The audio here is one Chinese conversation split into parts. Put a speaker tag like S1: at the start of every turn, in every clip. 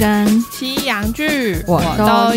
S1: 跟
S2: 西洋剧
S1: 我都要。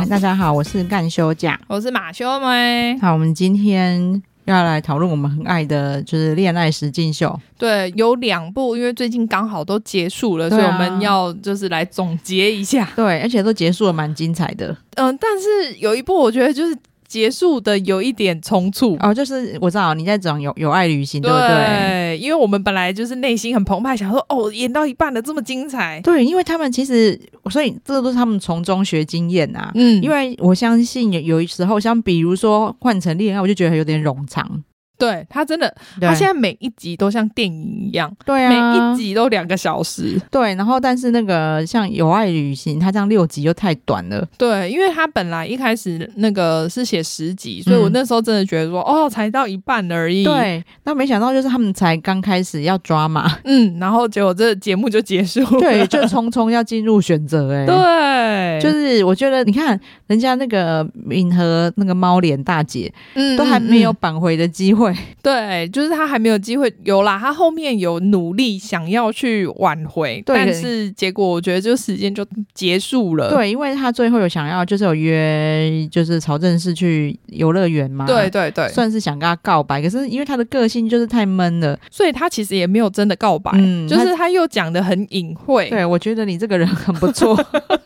S2: 要
S1: 大家好，我是干休假。
S2: 我是马修梅。
S1: 好，我们今天要来讨论我们很爱的，就是恋爱实境秀。
S2: 对，有两部，因为最近刚好都结束了，所以
S1: 对
S2: 我
S1: 啊
S2: 们要就是来总结一下。
S1: 对，而且都结束了，蛮精彩的。
S2: 嗯、但是有一部我觉得就是结束的有一点冲突。
S1: 哦，就是我知道你在讲有有爱旅行，对不对？
S2: 对，因为我们本来就是内心很澎湃，想说哦，演到一半了这么精彩，
S1: 对，因为他们其实，所以这都是他们从中学经验啊。
S2: 嗯
S1: 因为我相信有有时候，像比如说换成恋爱，我就觉得有点冗长。
S2: 对他真的，
S1: 对
S2: 他现在每一集都像电影一样，
S1: 对
S2: 每
S1: 啊，
S2: 一集都两个小时。
S1: 对，然后但是那个像有爱旅行，它这样六集又太短了。
S2: 对，因为他本来一开始那个是写十集，所以我那时候真的觉得说，哦，才到一半而已。，
S1: 嗯对，那没想到就是他们才刚开始要抓 嘛，
S2: 嗯，然后结果这节目就结束了。
S1: 对，就匆匆要进入选择、欸，
S2: 对，
S1: 就是我觉得你看人家那个呃敏和那个猫脸大姐
S2: 嗯
S1: 都还没有
S2: 嗯嗯
S1: 扳回的机会，
S2: 对，就是他还没有机会有啦，他后面有努力想要去挽回，
S1: 对
S2: 但是结果我觉得就时间就结束了。
S1: 对，因为她最后有想要就是有约就是曹正式去游乐园嘛，
S2: 对对对，
S1: 啊算是想跟他告白，可是因为他的个性就是太闷了，
S2: 所以他其实也没有真的告白，
S1: 嗯
S2: 就是他又讲的很隐晦，
S1: 对我觉得你这个人很不错，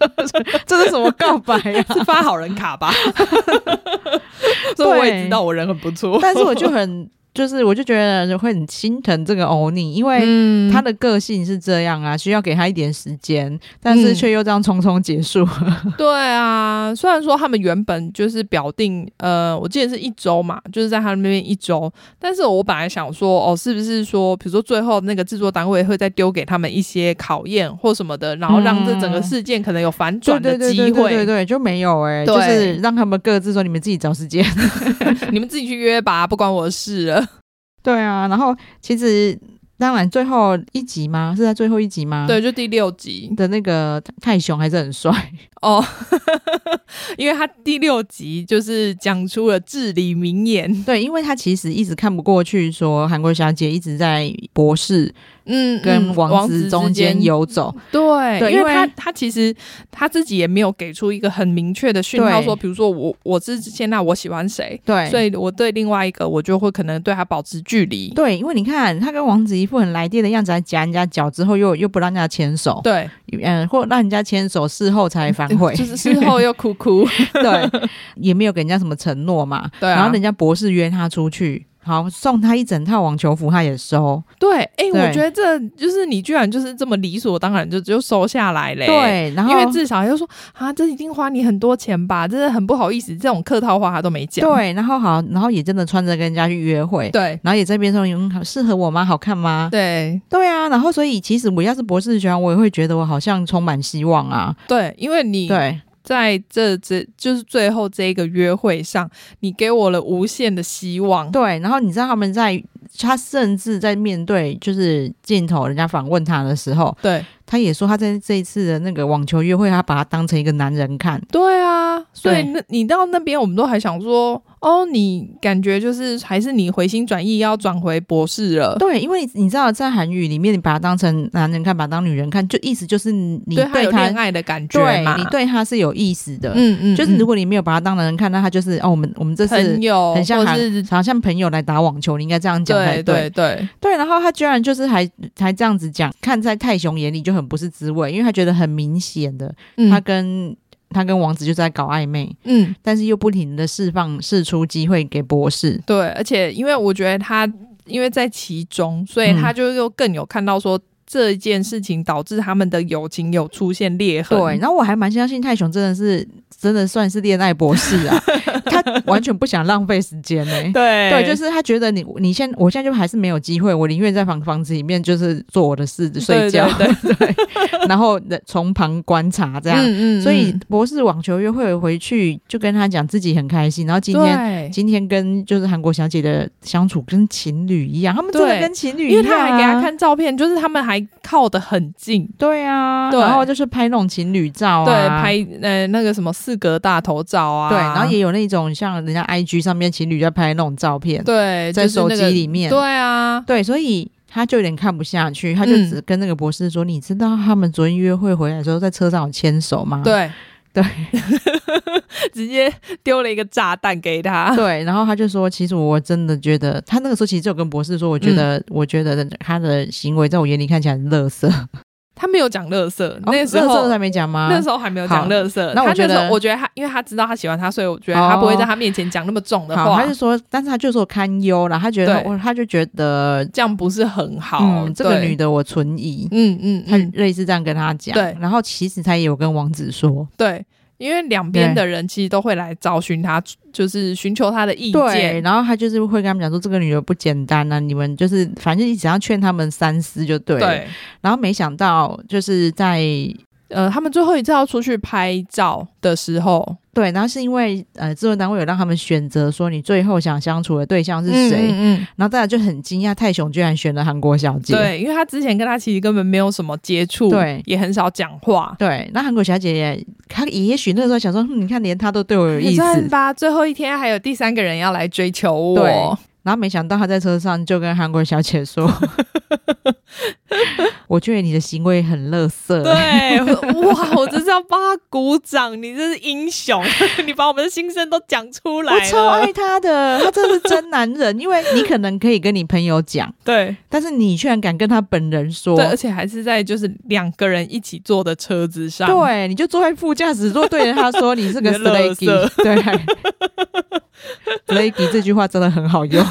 S1: 这是什么告白啊呀、
S2: 是发好人 卡吧？所以我也知道 我人很不错，
S1: 但是我就很就是我就觉得会很心疼这个欧尼，因为。
S2: 嗯
S1: 他的个性是这样啊，需要给他一点时间，但是却又这样匆匆结 束。
S2: 对啊，虽然说他们原本就是表定，呃，我记得是一周嘛，就是在他们那边一周。但是我本来想说，哦，是不是说，比如说最后那个制作单位会再丢给他们一些考验或什么的，然后让这整个事件可能有反转的机
S1: 嗯对
S2: 会？
S1: 对对，就没有哎、
S2: 对
S1: 就是让他们各自说你们自己找时 间。
S2: 你们自己去约吧，不关我的事了。
S1: 对啊，然后其实当然最后一集吗？是在最后一集吗？
S2: 对，就第六集
S1: 的那个泰雄还是很帅，
S2: 哦， 因为他第六集就是讲出了至理名言，
S1: 对，因为他其实一直看不过去，说韩国小姐一直在博士
S2: 嗯，
S1: 跟
S2: 嗯
S1: 王子中间嗯游走，
S2: 对，
S1: 对
S2: 因
S1: 因
S2: 为
S1: 为
S2: 他他其实他自己也没有给出一个很明确的讯号，
S1: 对
S2: 说比如说我我是现在我喜欢谁，
S1: 对，
S2: 所以我对另外一个我就会可能对他保持距离。
S1: 对，因为你看他跟王子一副很来电的样子，还夹人家脚之后又又不让人家牵手，
S2: 对，
S1: 嗯，或让人家牵手，事后才反悔，
S2: 嗯就是事后又哭哭，
S1: 对，也没有给人家什么承诺嘛。
S2: 对啊
S1: 然后人家博士约他出去，好送他一整套网球服，他也收。
S2: 对，哎、
S1: 对
S2: 我觉得这就是你居然就是这么理所当然就就收下来嘞、
S1: 对，然后
S2: 因为至少又说啊，这一定花你很多钱吧，真的很不好意思，这种客套话他都没讲。
S1: 对，然后好，然后也真的穿着跟人家去约会，
S2: 对
S1: 然后也在边说，嗯，好适合我吗？好看吗？
S2: 对
S1: 对啊，然后所以其实我要是博士学长，我也会觉得我好像充满希望啊。
S2: 对，因为你
S1: 对
S2: 在这这就是最后这一个约会上，你给我了无限的希望。
S1: 对，然后你知道他们在，他甚至在面对就是镜头，人家访问他的时候，
S2: 对
S1: 他也说他在这一次的那个网球约会，他把他当成一个男人看。
S2: 对啊，所以那你到那边，我们都还想说，哦，你感觉就是还是你回心转意要转回博士了。
S1: 对，因为你知道，在韩语里面，你把他当成男人看，把他当女人看，就意思就是你
S2: 对他
S1: 对
S2: 有
S1: 他，
S2: 恋爱的感觉
S1: 对
S2: 嘛？
S1: 你对他是有意思的。
S2: 嗯嗯，
S1: 就是如
S2: 果
S1: 果你没有把他当男人看，那他就是哦，我们我们这是
S2: 朋友
S1: 很像
S2: 或
S1: 韩
S2: 是
S1: 好像朋友来打网球，你应该这样讲才
S2: 对对对
S1: 对，然后他居然就是还还这样子讲，看在泰雄眼里就很不是滋味，因为他觉得很明显的，
S2: 嗯
S1: 他跟、他跟王子就在搞暧昧，
S2: 嗯
S1: 但是又不停的释放释出机会给博士。
S2: 对，而且因为我觉得他因为在其中，所以
S1: 嗯
S2: 他就又更有看到说。这件事情导致他们的友情有出现裂痕，
S1: 对，然后我还蛮相信泰雄真的是真的算是恋爱博士 啊，他完全不想浪费时间呢、
S2: 对
S1: 对，就是他觉得你，你现我现在就还是没有机会，我宁愿在房房子里面就是做我的事，睡觉，
S2: 对
S1: 对然后从旁观察这样。
S2: 嗯
S1: 所以博士网球约会回去就跟他讲自己很开心，然后今天
S2: 天
S1: 今天跟就是韩国小姐的相处跟情侣一样，他们真的
S2: 对
S1: 跟情侣一
S2: 因
S1: 样、啊
S2: 为他还给他。看照片，就是他们还靠得很近，
S1: 对啊，
S2: 对
S1: 然后就是拍那种情侣照啊，
S2: 对，拍呃那个什么四格大头照啊，
S1: 对，然后也有那种像人家 IG 上面情侣在拍那种照片，
S2: 对
S1: 在手机里面
S2: 就是那个对啊，
S1: 对，所以他就有点看不下去，他就
S2: 嗯
S1: 只跟那个博士说：“你知道他们昨天约会回来的时候在车上有牵手吗？”
S2: 对
S1: 对
S2: 直接丢了一个炸弹给他。
S1: 对，然后他就说：“其实我真的觉得，他那个时候其实就有跟博士说，我觉 得，我觉得他的行为在我眼里看起来很垃圾。
S2: 他没有讲乐色，那时
S1: 哦垃圾
S2: 候
S1: 还没讲吗？
S2: 那时候还没有讲乐色。
S1: 那我
S2: 他
S1: 觉得哦
S2: 时候我觉得他，因为他知道他喜欢他，所以我觉得他不会在他面前讲那么重的
S1: 好，
S2: 话
S1: 他就，说，但是他就说堪忧啦，他觉得
S2: 对
S1: 我，他就觉得，
S2: 这样不是很好。
S1: 嗯，这个
S2: 对
S1: 女，的我存疑。
S2: 嗯嗯
S1: 他
S2: 嗯，
S1: 类似这样跟他讲，
S2: 对
S1: 然后其实他也有跟王子说，
S2: 对，因为两边的人其实都会来找寻他，就是寻求他的意
S1: 对，
S2: 见。
S1: 然后他就是会跟他们讲说，这个女的不简单啊，你们就是反正你只要劝他们三思就对了。
S2: 对，
S1: 然后没想到就是在
S2: 呃，他们最后一次要出去拍照的时候
S1: 对，然后是因为呃，制作单位有让他们选择说你最后想相处的对象是谁，
S2: 嗯嗯嗯
S1: 然后大家就很惊讶，泰雄居然选了韩国小姐。
S2: 对，因为他之前跟他其实根本没有什么接触，
S1: 对
S2: 也很少讲话。
S1: 对，那韩国小姐也，她也许那时候想说，嗯，你看连她都对我有意
S2: 你算
S1: 思，
S2: 吧，最后一天还有第三个人要来追求我。
S1: 然后没想到她在车上就跟韩国小姐说， 我觉得你的行为很垃圾。
S2: 对，哇，我真是要帮他鼓掌，你真是英雄， 你把我们的心声都讲出来
S1: 我超
S2: 了。
S1: 爱他的，他真的是真男人。因为你可能可以跟你朋友讲，
S2: 对
S1: 但是你居然敢跟他本人说，
S2: 对，而且还是在就是两个人一起坐的车子上。
S1: 对，你就坐在副驾驶座对着他说你是个
S2: 啊 你的垃
S1: slaggy，对 ，slaggy 这句话真的很好 用，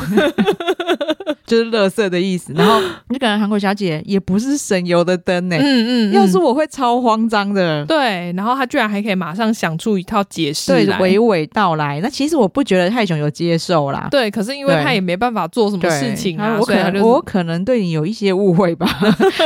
S1: 就是垃圾的意思。然后你就感觉韩国小姐也不是省油的灯呢、欸
S2: 嗯，嗯嗯，
S1: 要是我会超慌张的。
S2: 对，然后他居然还可以马上想出一套解释
S1: 对，
S2: 来。
S1: 娓娓道来。那其实我不觉得泰雄有接受啦，
S2: 对，可是因为
S1: 对
S2: 他也没办法做什么
S1: 对
S2: 事情啊，
S1: 我
S2: 所
S1: 可
S2: 以他
S1: 能、
S2: 就是
S1: 我可能对你有一些误会 吧，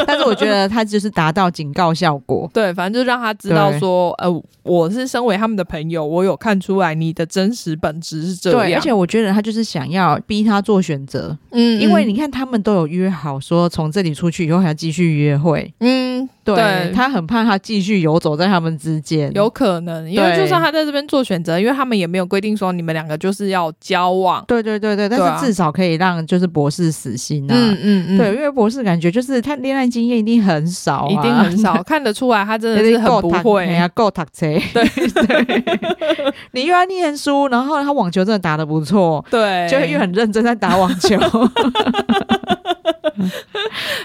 S1: 但是我觉得他就是达到警告效果。
S2: 对，反正就让他知道
S1: 对
S2: 说，呃，我是身为他们的朋友，我有看出来你的真实本质是这样。
S1: 对，而且我觉得他就是想要逼他做选择，
S2: 嗯，嗯，
S1: 因为你看他们都有约好说从这里出去以后还要继续约会，
S2: 嗯，
S1: 对
S2: 对
S1: 他很怕他继续游走在他们之间。
S2: 有可能，因为
S1: 对
S2: 就算他在这边做选择，因为他们也没有规定说你们两个就是要交往。
S1: 对对对对，
S2: 对啊
S1: 但是至少可以让就是博士死心啊。
S2: 嗯嗯嗯，
S1: 对，因为博士感觉就是他恋爱经验一定很少、啊，
S2: 一定很少看得出来，他真的
S1: 有
S2: 是
S1: 点
S2: 很不会。
S1: 呀，够啊读册。 对 对，你又要念书，然后他网球真的打得不错，
S2: 对，
S1: 就又很认真在打网 球。在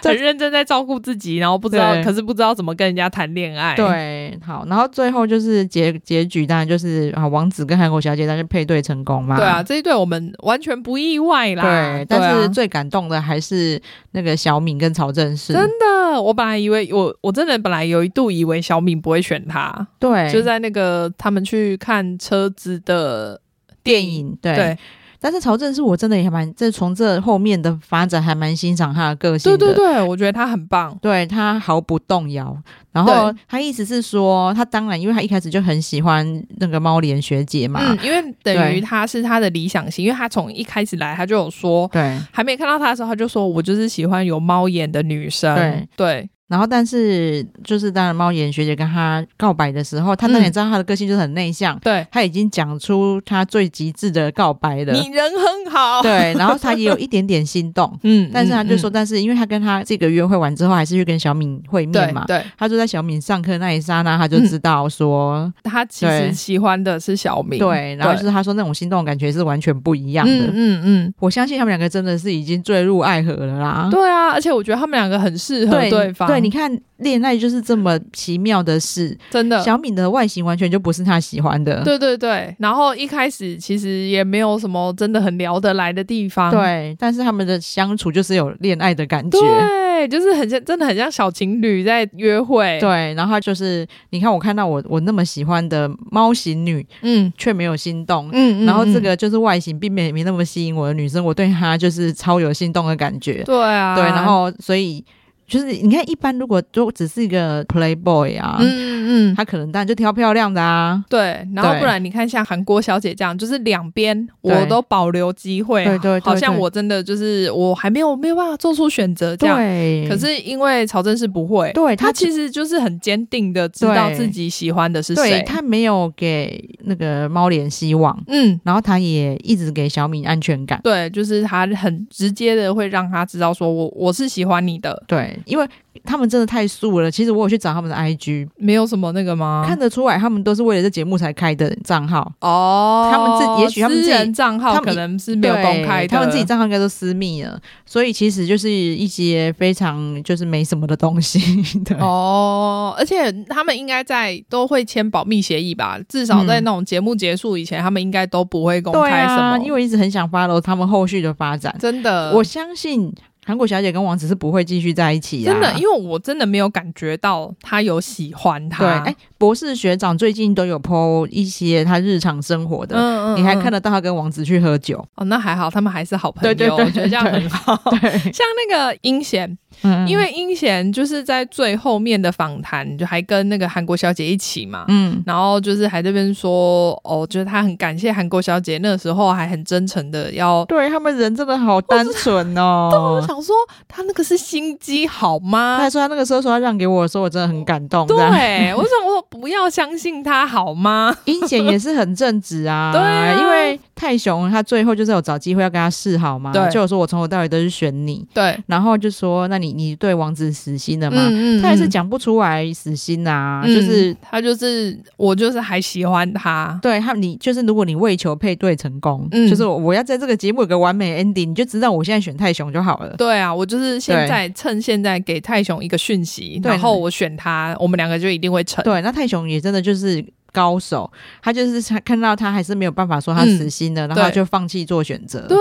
S2: 很认真在照顾自己，然后不知道，
S1: 对
S2: 可是不知道怎么跟人家谈恋爱。，
S1: 对，好，然后最后就是结结局，当然就是啊，王子跟韩国小姐，但是配对成功嘛。
S2: 对啊，。这一对我们完全不意外啦。
S1: 对，
S2: 啊
S1: 但是最感动的还是那个小敏跟曹正奭，
S2: 真的，我本来以为我我真的本来有一度以为小敏不会选他，
S1: 对，
S2: 就在那个他们去看车子的
S1: 电影对。
S2: 对
S1: 但是曹正奭我真的也还蛮，这从这后面的发展还蛮欣赏他的个性
S2: 对
S1: 的。
S2: 对对，我觉得他很棒。
S1: 对他毫不动摇。然后
S2: 对
S1: 他意思是说，他当然，因为他一开始就很喜欢那个猫脸学姐嘛，
S2: 嗯，因为等
S1: 对
S2: 于他是他的理想型，因为他从一开始来他就有说，
S1: 对
S2: 还没看到他的时候他就说我就是喜欢有猫眼的女生，
S1: 对
S2: 对
S1: 然后但是就是当然，猫眼学姐跟他告白的时候，他
S2: 嗯
S1: 当然也知道他的个性就是很内向，
S2: 对
S1: 他已经讲出他最极致的告白了，
S2: 你人很好，。
S1: 对，然后他也有一点点心动
S2: 嗯
S1: 但是他就说，
S2: 嗯
S1: 但是因为他跟他这个约会完之后，还是去跟小敏会
S2: 嗯
S1: 面
S2: 对
S1: 嘛。
S2: 对，
S1: 他就在小敏上课那一刹那，他就
S2: 嗯
S1: 知道说，
S2: 他其实
S1: 对
S2: 喜欢的是小敏，
S1: 对，然后就是他说那种心动的感觉是完全不一样的。
S2: 嗯嗯嗯，
S1: 我相信他们两个真的是已经坠入爱河了啦。
S2: 对啊，而且我觉得他们两个很适合
S1: 对
S2: 对方，
S1: 对，你看恋爱就是这么奇妙的事。
S2: 真的
S1: 小敏的外形完全就不是他喜欢的。
S2: 对对对，然后一开始其实也没有什么真的很聊得来的地方，
S1: 对但是他们的相处就是有恋爱的感觉。
S2: 对，就是很像，真的很像小情侣在约会。，
S1: 对，然后他就是你看我看到我我那么喜欢的猫型女，
S2: 嗯
S1: 却没有心动。
S2: 嗯
S1: 然后这，个就是外形并没没那么吸引我的女生，我对她就是超有心动的感觉。
S2: 对啊，
S1: 对，然后所以就是你看，一般如果就只是一个 playboy 啊，
S2: 嗯嗯嗯，
S1: 他可能当然就挑漂亮的啊。
S2: 对。然后
S1: 对
S2: 不然你看像韩国小姐这样，就是两边我
S1: 对
S2: 都保留机会，
S1: 对对对
S2: 好像
S1: 对
S2: 我真的就是我还没有没有办法做出选择这样。
S1: 对，
S2: 可是因为曹真是不会，
S1: 对
S2: 他
S1: 他
S2: 其实就是很坚定的知道
S1: 对
S2: 自己喜欢的是
S1: 对
S2: 谁。
S1: 他没有给那个猫脸希望，
S2: 嗯，
S1: 然后他也一直给小敏安全感。
S2: 对，就是他很直接的会让他知道说我我是喜欢你的，
S1: 对，因为他们真的太素了。其实我有去找他们的 IG，、
S2: 没有什么那个吗？
S1: 看得出来他们都是为了这节目才开的账号。
S2: 哦，
S1: 他们自也许他们自己
S2: 私人账号
S1: 他们
S2: 可能是嗯没有
S1: 对
S2: 公开的，
S1: 他们自己账号应该都私密了，所以其实就是一些非常就是没什么的东西。 对，
S2: 哦，而且他们应该在都会签保密协议吧？至少在那种节目结束以前，他们应该都不会公
S1: 对
S2: 开什么。呃
S1: 啊，因为我一直很想 follow 他们后续的发展。
S2: 真的，
S1: 我相信韩国小姐跟王子是不会继续在一起啊。
S2: 真的，因为我真的没有感觉到他有喜欢他。
S1: 对，哎、博士学长最近都有 PO 一些他日常生活的，
S2: 嗯
S1: 你还看
S2: 到
S1: 得到他跟王子去喝酒？
S2: 哦？那还好，他们还是好朋友，
S1: 对对对
S2: 我觉得这样很好。
S1: 对，
S2: 像那个英贤，
S1: 嗯
S2: 哦 因为英贤就是在最后面的访谈，就还跟那个韩国小姐一起嘛，
S1: 嗯，
S2: 然后就是还这边说，哦，就是他很感谢韩国小姐，那时候还很真诚的要。
S1: 对他们人真的好单纯
S2: 我
S1: 哦。
S2: 想说，他那个是心机好
S1: 他
S2: 吗
S1: 还？说他那个时候说要让给我的时候，我真的很感动。
S2: 对，
S1: 这样
S2: 我想说不要相信他好吗？
S1: 英贤也是很正直啊，
S2: 对啊
S1: 因为泰雄他最后就是有找机会要跟他示好嘛，
S2: 对
S1: 就有说我从头到尾都是选你，
S2: 对，
S1: 然后就说那你你对王子死心了吗？
S2: 嗯
S1: 他也是讲不出来死心啊，就是
S2: 他就是我就是还喜欢他，
S1: 对他你就是如果你为求配对成功，
S2: 嗯
S1: 就是我我要在这个节目有个完美 ending，你就知道我现在选泰雄就好了。
S2: 对啊，我就是现在趁现在给泰雄一个讯息，
S1: 对
S2: 然后我选他，我们两个就一定会成。
S1: 对，那泰雄也真的就是高手，他就是他看到他还是没有办法说他死心了，然后他
S2: 嗯对
S1: 就放弃做选择。
S2: 对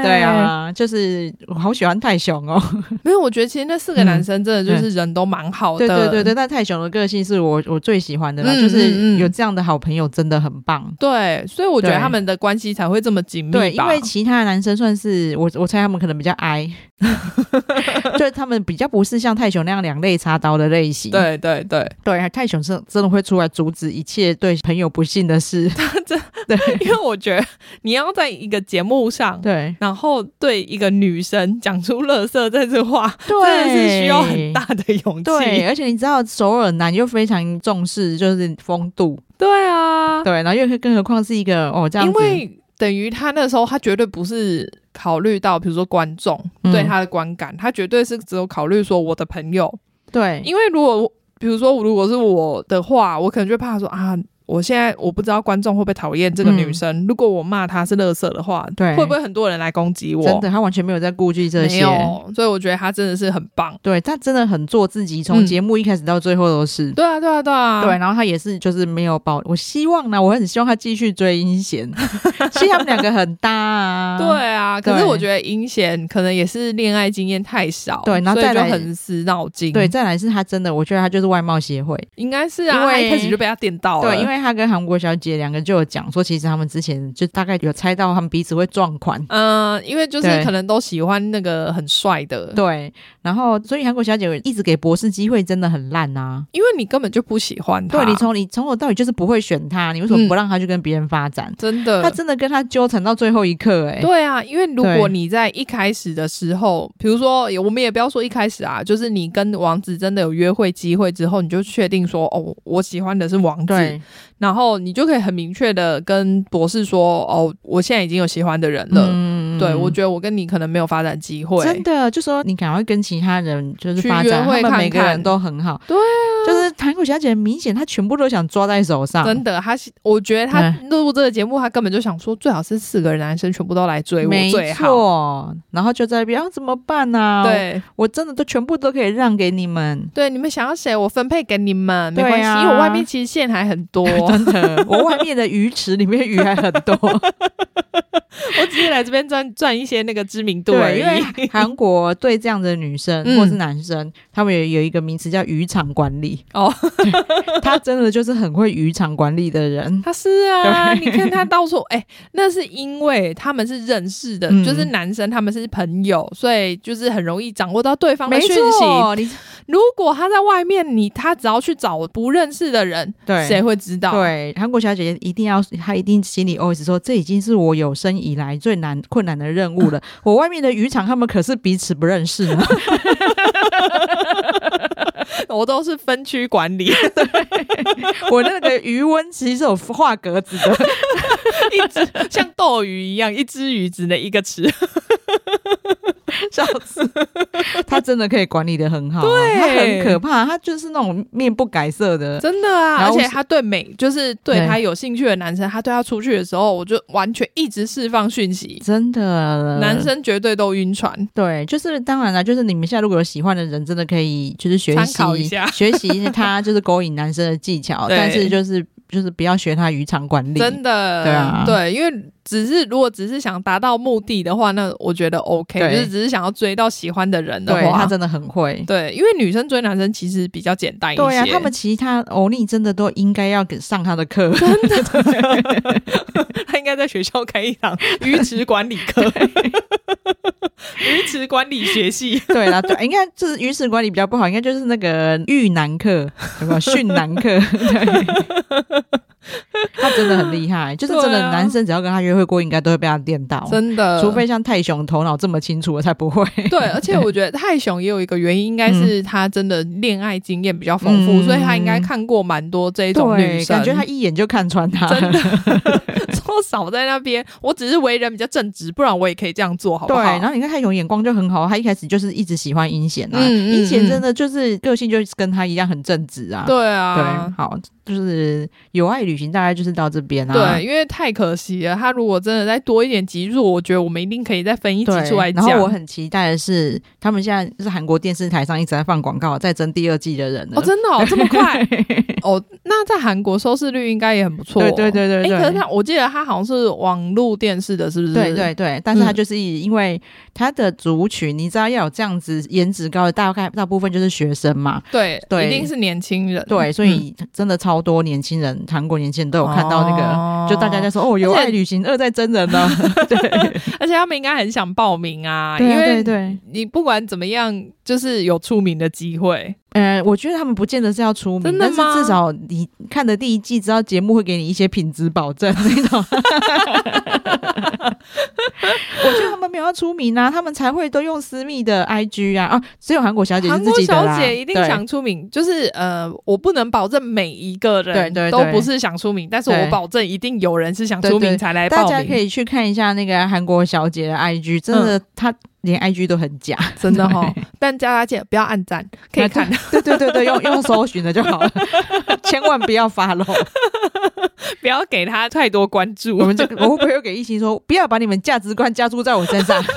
S1: 对，啊，就是我好喜欢泰雄哦。
S2: 没有，我觉得其实那四个男生真的就是人都蛮好的，
S1: 对对对对，但泰雄的个性是我我最喜欢的啦，
S2: 哦嗯
S1: 就是
S2: 嗯嗯
S1: 有这样的好朋友真的很棒。
S2: 对所以我觉得
S1: 对
S2: 他们的关系才会这么紧密吧。
S1: 对，因为其他的男生算是我，我猜他们可能比较 矮，就是他们比较不是像泰雄那样两肋插刀的类型。
S2: 对对对，
S1: 对，泰雄是真的会出来阻止一切对朋友不幸的事。
S2: 真
S1: 对
S2: 因为我觉得你要在一个节目上，
S1: 对
S2: 然后对一个女生讲出“乐色”这句话，真的
S1: 对，
S2: 是需要很大。的勇气。
S1: 对，而且你知道首尔男又非常重视就是风度，
S2: 对啊，
S1: 对，然后又更何况是一个哦这样
S2: 因
S1: 子，
S2: 为等于他那时候，他绝对不是考虑到，比如说观众
S1: 嗯
S2: 对他的观感，他绝对是只有考虑说我的朋友。
S1: 对，
S2: 因为如果比如说如果是我的话，我可能就会怕说啊。我现在我不知道观众会不会讨厌这个女生。如果我骂她是乐色的话，
S1: 嗯对
S2: 会不会很多人来攻击我？
S1: 真的他完全没有在顾忌这
S2: 没
S1: 些。
S2: 有，所以我觉得他真的是很棒。
S1: 对他真的很做自己，从
S2: 嗯
S1: 节目一开始到最后都是。
S2: 对啊，对啊，对啊，
S1: 对，然后他也是，就是没有保。我希望呢，我很希望他继续追英 贤，其实他们两个很搭啊。
S2: 对啊，可是
S1: 对
S2: 我觉得阴险可能也是恋爱经验太少，
S1: 对然后
S2: 所以
S1: 再
S2: 就
S1: 来
S2: 很死脑筋，
S1: 对，，再来是他真的，我觉得他就是外貌协会。
S2: 应该是啊，
S1: 因为
S2: 他一开始就被他电到了，
S1: 对，因为他跟韩国小姐两个就有讲说，其实他们之前就大概有猜到他们彼此会撞款。
S2: 嗯、因为就是
S1: 对
S2: 可能都喜欢那个很帅的，
S1: 对，然后所以韩国小姐一直给博士机会，真的很烂啊。
S2: 因为你根本就不喜欢他，
S1: 对你从你从头到尾就是不会选他，你为什
S2: 嗯
S1: 么不让他去跟别人发展？
S2: 真的
S1: 他真的跟他纠缠到最后一刻、欸，
S2: 呃对啊，因为如
S1: 对
S2: 果你在一开始的时候，比如说，我们也不要说一开始啊，就是你跟王子真的有约会机会之后，你就确定说，哦，我喜欢的是王子，
S1: 对，
S2: 然后你就可以很明确的跟博士说，哦，我现在已经有喜欢的人了。
S1: 嗯
S2: 对，我觉得我跟你可能没有发展机会。
S1: 真的就说你赶快跟其他人就是
S2: 去
S1: 发展，
S2: 约会
S1: 他们每个
S2: 看看
S1: 人都很好。
S2: 对
S1: 啊，就是韩国小姐明显她全部都想抓在手上。
S2: 真的，他是我觉得他
S1: 对
S2: 录这个节目，他根本就想说，最好是四个男生全部都来追我
S1: 没
S2: 最好。
S1: 错，然后就在那边啊，怎么办呢、啊？，
S2: 对。
S1: 我真的都全部都可以让给你们
S2: 对，你们想要谁，我分配给你们，没
S1: 对啊
S2: 关系，因为我外面其实 线还很多，
S1: 真的，我外面的鱼池里面鱼还很多，
S2: 我只是来这边赚赚一些那个知名度而
S1: 对，
S2: 已
S1: 因。 为韩国对这样的女生
S2: 嗯
S1: 或是男生，他们也有一个名词叫渔场管理。
S2: 哦，
S1: 他真的就是很会渔场管理的人。
S2: 他是啊，
S1: 对
S2: 你看他到处哎、那是因为他们是认识的，
S1: 嗯
S2: 就是男生他们是朋友，所以就是很容易掌握到对方的
S1: 没
S2: 讯息。
S1: 错，你
S2: 如果他在外面，你他只要去找不认识的人，
S1: 对
S2: 谁会知道？，
S1: 对，韩国小姐姐一定要，她一定心里 always 说，这已经是我有生以来最难困难的任务了。我外面的渔场，他们可是彼此不认识呢。
S2: 我都是分区管 理，
S1: 我那个余温其实是有画格子的，
S2: 一只像斗鱼一样，一只鱼只能一个吃。
S1: 笑 死。她真的可以管理的很好、啊，
S2: 对
S1: 她很可怕，她就是那种面不改色的。
S2: 真的啊，
S1: 然
S2: 而
S1: 后
S2: 且他对美，就是对
S1: 对
S2: 他有兴趣的男生，他对他出去的时候，我就完全一直释放讯息，
S1: 真的，
S2: 男生绝对都晕船。
S1: 对，就是当然了，就是你们现在如果有喜欢的人，真的可以就是学
S2: 参
S1: 习
S2: 考一下
S1: 学习他就是勾引男生的技巧，
S2: 对
S1: 但是就是就是不要学他渔场管理。
S2: 真的，
S1: 对啊
S2: 对，因为只是如果只是想达到目的的话，那我觉得 OK，
S1: 对
S2: 就是只是想要追到喜欢的人的
S1: 对他
S2: 话，
S1: 真的很会。
S2: 对，因为女生追男生其实比较简单一些，
S1: 对呀、他们其他欧尼真的都应该要给上他的 课。
S2: 他应该在学校开一堂鱼池管理 课，鱼池管理学 系，
S1: 对啦，对，应该就是鱼池管理比较不好，应该就是那个育男课，有没有训男课？对，他真的很厉害，就是真
S2: 对
S1: 的
S2: 啊
S1: 男生只要跟他约会过，应该都会被他电到。
S2: 真的，
S1: 除非像泰雄头脑这么清楚，我才 不会。
S2: 对，而且我觉得泰雄也有一个原因，应该是他真的恋爱经验比较丰富，
S1: 嗯
S2: 所以他应该看过蛮多这一种女
S1: 对，
S2: 生。
S1: 感觉他一眼就看穿他。
S2: 真的多少在那边，我只是为人比较正直，不然我也可以这样做，好不
S1: 对，
S2: 好？
S1: 然后你看他有眼光就很好，他一开始就是一直喜欢阴险啊，
S2: 嗯嗯
S1: 阴险真的就是个性就是跟他一样很正直啊。
S2: 对
S1: 对
S2: 啊。
S1: 好，就是有爱旅行大概就是到这边啊。
S2: 对，。因为太可惜了。他如果真的再多一点集数，我觉得我们一定可以再分一集出来
S1: 对，然
S2: 讲。
S1: 后我很期待的是，他们现在就是韩国电视台上一直在放广告，在争第二季的人了。
S2: 哦，真的、哦、这么 快 哦？那在韩国收视率应该也很不错、
S1: 对对对对
S2: 哎、
S1: 对，
S2: 可是他，我记得他好像是网络电视的，是不是？嗯
S1: 对对对，但是他就是因为他的族群，你知道要有这样子颜值高的，大概大部分就是学生嘛，
S2: 对，
S1: 对
S2: 一定是年轻人。
S1: 对，所
S2: 嗯
S1: 以真的超多年轻人，韩国年轻人都有看到那个，
S2: 哦
S1: 就大家在说哦，有
S2: 而且
S1: 爱旅行二在真人呢、
S2: 而且他们应该很想报名啊，
S1: 对
S2: 因
S1: 啊
S2: 为
S1: 对对。
S2: 你不管怎么样，就是有出名的机会。
S1: 呃，我觉得他们不见得是要出名
S2: 真，的
S1: 但是
S2: 吗
S1: 至少你看的第一季，知道节目会给你一些品质保证那种。 我觉得他们没有要出名啊，他们才会都用私密的 IG 啊啊，只有韩国小姐是
S2: 韩
S1: 自
S2: 国
S1: 己的啦
S2: 小姐一定
S1: 对
S2: 想出名，就是呃，我不能保证每一个人
S1: 对对对
S2: 都不是想出名，但是我
S1: 对
S2: 保证一定有人是想出
S1: 对
S2: 名
S1: 对
S2: 才来
S1: 大
S2: 报
S1: 家可
S2: 名。嗯
S1: 以去看一下那个韩国小姐的 IG，真的，她连 IG 都很假。
S2: 真的哈， 但大家姐不要暗赞，可以看，
S1: 对对对对，用用搜寻的就好了，千万不要发漏。
S2: 不要给他太多关
S1: 我
S2: 注。
S1: 们这个，我会不会又给一心说，不要把你们价值观加注在我身上？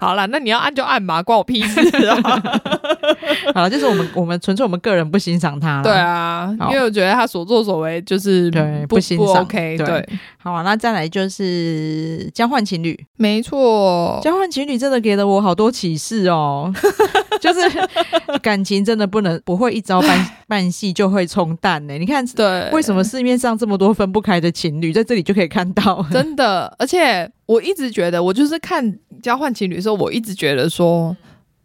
S2: 好啦，那你要按就按嘛，关我屁事啊！
S1: 好了，就是我们我们纯粹我们个人不欣赏他了。
S2: 对，啊，
S1: 好
S2: 因为我觉得他所作所为就是
S1: 对
S2: 不
S1: 不欣
S2: 不
S1: 赏
S2: OK，
S1: 对
S2: 对，
S1: 好啊，那再来就是交换情侣，
S2: 没错，
S1: 交换情侣真的给了我好多启示 哦，就是 感情真的不能不会一朝半半夕就会冲淡呢、你看。
S2: 对，
S1: 为什么市面上这么多分不开的情侣，在这里就可以看到？
S2: 真的，而且我一直觉得，我就是看交换情侣的时候，我一直觉得说，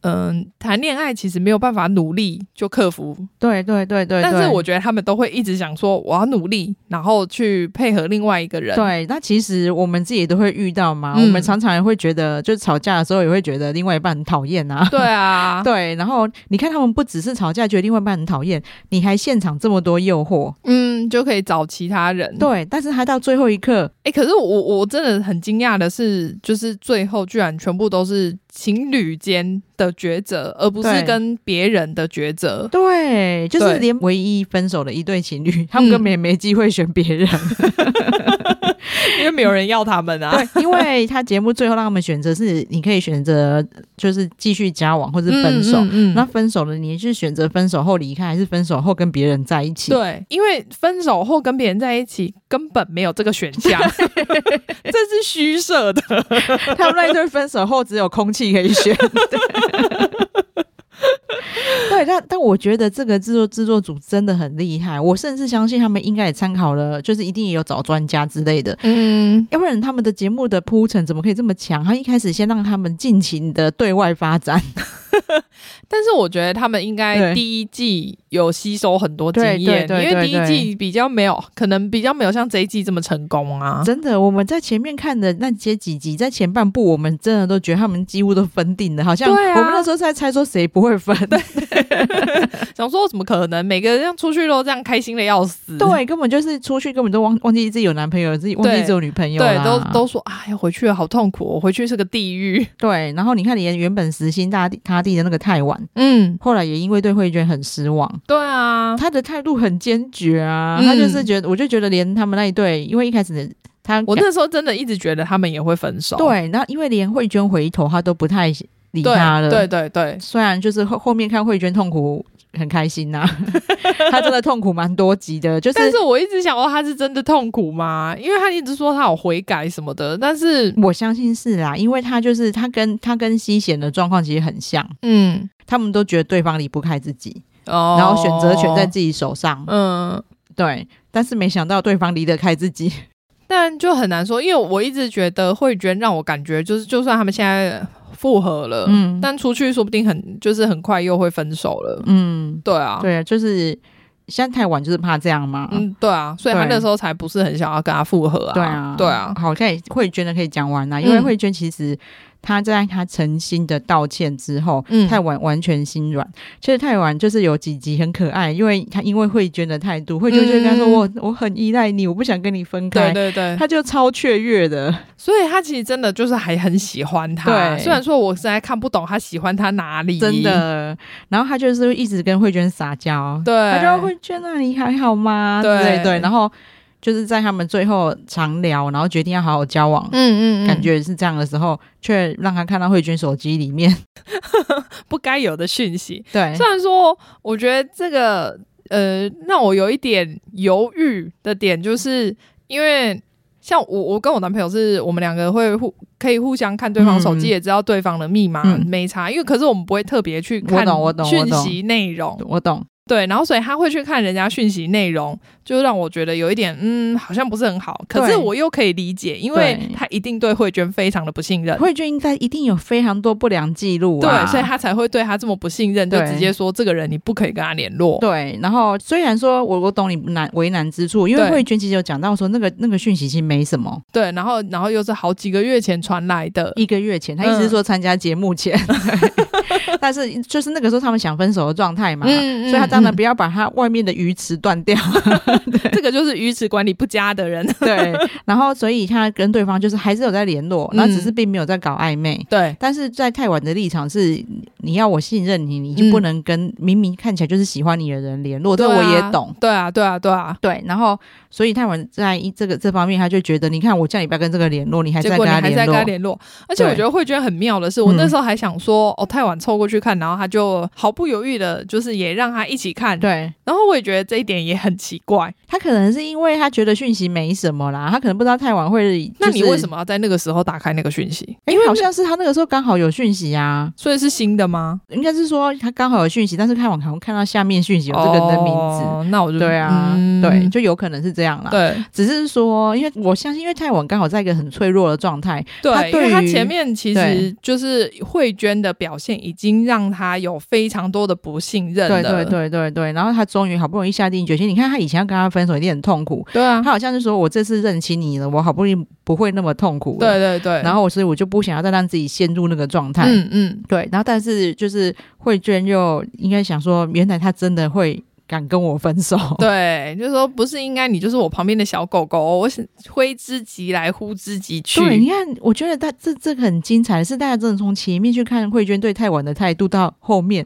S2: 嗯，谈恋爱其实没有办法努力就克服，
S1: 对对对对
S2: 但
S1: 对
S2: 是我觉得他们都会一直想说，我要努力，然后去配合另外一个人。
S1: 对，那其实我们自己也都会遇到嘛，
S2: 嗯
S1: 我们常常也会觉得，就是吵架的时候也会觉得另外一半很讨厌啊。
S2: 对啊，
S1: 对，然后你看他们不只是吵架，觉得另外一半很讨厌，你还现场这么多诱惑，
S2: 嗯，就可以找其他人。哎、
S1: 对，但是他到最后一刻，
S2: 欸可是我我真的很惊讶的是，就是最后居然全部都是情侣间的抉择，而不是
S1: 对
S2: 跟别人的抉择。
S1: 对，就
S2: 对
S1: 是连唯一分手的一对情侣，他们根本也没机会选别人，
S2: 因为没有人要他们啊。
S1: 对， 因为他节目最后让他们选择是，你可以选择就是继续交往或是分手。
S2: 嗯
S1: 那分手了，你是选择分手后离开，还是分手后跟别人在一起？
S2: 对，因为分手后跟别人在一起根本没有这个选项， 这是虚设的。
S1: 他们那一对分手后只有空气可以选。 对，但但我觉得这个制作制作组真的很厉害，我甚至相信他们应该也参考了，就是一定也有找专家之类的，
S2: 嗯，
S1: 要不然他们的节目的铺陈怎么可以这么强？他一开始先让他们尽情的对外发展，
S2: 但是我觉得他们应该
S1: 对
S2: 第一季有吸收很多经
S1: 对
S2: 验，
S1: 对对
S2: 因为第一
S1: 对对
S2: 季比较没有，可能比较没有像这一季这么成功啊。
S1: 真的，我们在前面看的那些几集，在前半部我们真的都觉得他们几乎都分定了，好像我
S2: 对啊
S1: 们那时候在猜说谁不会分，对
S2: 想说怎么可能每个人这样出去都这样开心的要死？
S1: 根本就是出去根本都忘忘记自己有男朋友，自己忘记
S2: 对
S1: 自己有女朋友
S2: 对
S1: 啦，
S2: 都都说啊，要回去了，好痛苦、哦，回去是个地狱。
S1: 对。然后你看，连原本死心塌地塌地的那个泰晚，
S2: 嗯，
S1: 后来也因为对慧娟很失望。
S2: 对啊，
S1: 他的态度很坚决啊，
S2: 嗯
S1: 他就是觉得，我就觉得连他们那一对，因为一开始他
S2: 我那时候真的一直觉得他们也会分手。
S1: 对，然后因为连慧娟回头，他都不太理
S2: 对
S1: 他了，
S2: 对对对，
S1: 虽然就是后后面看慧娟痛苦很开心呐、 她真的痛苦蛮多集的，就是
S2: 但是我一直想哦说他是真的痛苦吗？因为他一直说他有悔改什么的，但是
S1: 我相信是啦、因为她就是她跟她跟西贤的状况其实很像，
S2: 嗯
S1: 他们都觉得对方离不开自己，
S2: 哦
S1: 然后选择权在自己手上，
S2: 嗯，
S1: 对，但是没想到对方离得开自己，
S2: 但就很难说，因为我一直觉得慧娟让我感觉就是，就算他们现在复合了，
S1: 嗯
S2: 呃但出去说不定很就是很快又会分手了。
S1: 嗯，
S2: 对啊，
S1: 对，就是现在太晚就是怕这样嘛，
S2: 嗯，对啊，所以他
S1: 对
S2: 那时候才不是很想要跟他复合啊。
S1: 对啊，
S2: 对啊，
S1: 好，可以慧娟的可以讲完啦，因为
S2: 嗯
S1: 慧娟其实她在她诚心的道歉之后，
S2: 嗯
S1: 太晚完全心软。其实太晚就是有几集很可爱，因为她因为慧娟的态度，慧娟就跟她说：“
S2: 嗯
S1: 我我很依赖你，我不想跟你分
S2: 对
S1: 开。”
S2: 对对，
S1: 她就超雀跃的，
S2: 所以他其实真的就是还很喜欢他，
S1: 对
S2: 虽然说我实在看不懂他喜欢他哪里，
S1: 真，的。然后她就是一直跟慧娟撒娇，
S2: 对，
S1: 她就慧娟啊，你还好吗？
S2: 对
S1: 对对。然后就是在他们最后长聊，然后决定要好好交往，
S2: 嗯
S1: 感觉是这样的时候，却让她看到慧娟手机里 面，
S2: 不该有的讯息。
S1: 对，
S2: 虽然说，我觉得这个呃，让我有一点犹豫的点，就是因为像我，我跟我男朋友是我们两个会互可以互相看对方手机，
S1: 嗯
S2: 也知道对方的密码、
S1: 嗯
S2: 没差，因为可是我们不会特别去看
S1: 我懂我懂
S2: 讯
S1: 我懂
S2: 息内容，
S1: 我懂。
S2: 对，然后所以他会去看人家讯息内容，就让我觉得有一点嗯，好像不是很好。可是
S1: 对
S2: 我又可以理解，因为
S1: 对
S2: 他一定对慧娟非常的不信任。
S1: 慧娟应该一定有非常多不良记录啊，
S2: 对，所以他才会对他这么不信任，就
S1: 对
S2: 直接说这个人你不可以跟他联络。
S1: 对，然后虽然说我我懂你难为难之处，因为
S2: 对
S1: 慧娟其实有讲到说那个那个讯息其实没什么，
S2: 对，然后然后又是好几个月前传来的，
S1: 一个月前她一
S2: 嗯
S1: 直是说参加节目前， 对但是就是那个时候他们想分手的状态嘛，
S2: 嗯
S1: 所以她当然
S2: 嗯
S1: 不要把她外面的鱼池断掉，
S2: 嗯这个就是鱼池管理不佳的人。
S1: 对，然后所以她跟对方就是还是有在联络，然后只是
S2: 嗯
S1: 并没有在搞暧昧。
S2: 对，
S1: 但是在太晚的立场是，你要我信任你，你就不
S2: 嗯
S1: 能跟明明看起来就是喜欢你的人联络，这
S2: 对
S1: 我也
S2: 啊
S1: 懂。
S2: 对啊，对啊，对啊。
S1: 对，然后所以泰文在一这个这方面，他就觉得，你看我叫你不要跟这个联络，你还
S2: 结
S1: 在
S2: 果
S1: 跟
S2: 你
S1: 他
S2: 还
S1: 联
S2: 在跟他
S1: 络，
S2: 联络，而且我
S1: 对
S2: 觉得慧娟很妙的是，我
S1: 嗯
S2: 那时候还想说，哦，太晚凑过去看，然后他就毫不犹豫的，就是也让他一起看，
S1: 对。
S2: 然后我也觉得这一点也很奇怪。
S1: 他可能是因为他觉得讯息没什么啦，他可能不知道太晚会、
S2: 那你为什
S1: 么？
S2: 么要在那个时候打开那个讯息？
S1: 因为好像是他那个时候刚好有讯息啊，
S2: 所以是新的吗？
S1: 应该是说他刚好有讯息，但是看网好像看到下面讯息有这个人的名字，
S2: 哦那我就
S1: 对啊，
S2: 嗯
S1: 对，就有可能是这样啦。
S2: 对
S1: 只是说，因为我相信，因为泰文刚好在一个很脆弱的状态，他
S2: 对，因为
S1: 对
S2: 他
S1: 于
S2: 前面其实
S1: 对
S2: 就是慧娟的表现已经让他有非常多的不信任了，
S1: 对对对对对，然后他终于好不容易下定决心，你看他以前要跟他分手一定很痛苦，
S2: 对啊
S1: 他，好像是说我这次认清你了，我好不容易不会那么痛苦了
S2: 对对对，
S1: 然后我所以我就不想要再让自己陷入那个状态。
S2: 嗯嗯，
S1: 对，然后但是就是慧娟又应该想说，原来她真的会敢跟我分手。
S2: 对，就是说不是应该你就是我旁边的小狗狗，我是挥之即来呼之即去，
S1: 对，你看，我觉得他这这个很精彩，是大家真的从前面去看慧娟对泰晚的态度到后面，